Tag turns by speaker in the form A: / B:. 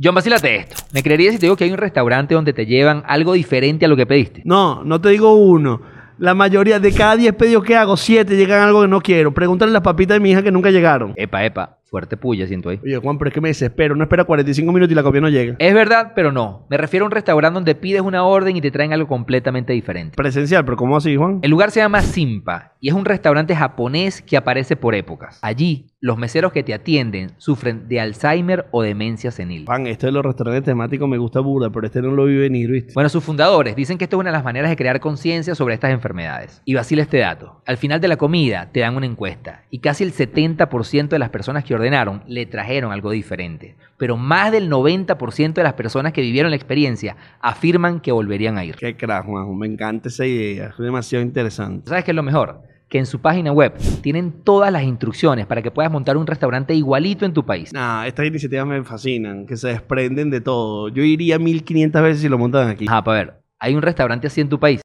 A: John, vacílate esto. ¿Me creerías si te digo que hay un restaurante donde te llevan algo diferente a lo que pediste?
B: No, no te digo uno. La mayoría de cada 10 pedidos que hago, 7 llegan a algo que no quiero. Pregúntale a las papitas de mi hija que nunca llegaron.
A: Epa, epa, fuerte puya siento ahí.
B: Oye, Juan, pero es que me desespero. No espera 45 minutos y la copia no llega.
A: Es verdad, pero no. Me refiero a un restaurante donde pides una orden y te traen algo completamente diferente.
B: Presencial, pero ¿cómo así, Juan?
A: El lugar se llama Simpa y es un restaurante japonés que aparece por épocas. Allí, los meseros que te atienden sufren de Alzheimer o demencia senil.
B: Juan, esto de los restaurantes temáticos me gusta burda, pero este no lo vi venir, ¿viste?
A: Bueno, sus fundadores dicen que esto es una de las maneras de crear conciencia sobre estas enfermedades. Y vacila este dato. Al final de la comida te dan una encuesta y casi el 70% de las personas que ordenaron le trajeron algo diferente. Pero más del 90% de las personas que vivieron la experiencia afirman que volverían a ir.
B: Qué crack, Juan. Me encanta esa idea. Es demasiado interesante.
A: ¿Sabes qué es lo mejor? Que en su página web tienen todas las instrucciones para que puedas montar un restaurante igualito en tu país.
B: Nah, estas iniciativas me fascinan, que se desprenden de todo. Yo iría 1500 veces si lo montan aquí.
A: Ajá, para ver, hay un restaurante así en tu país.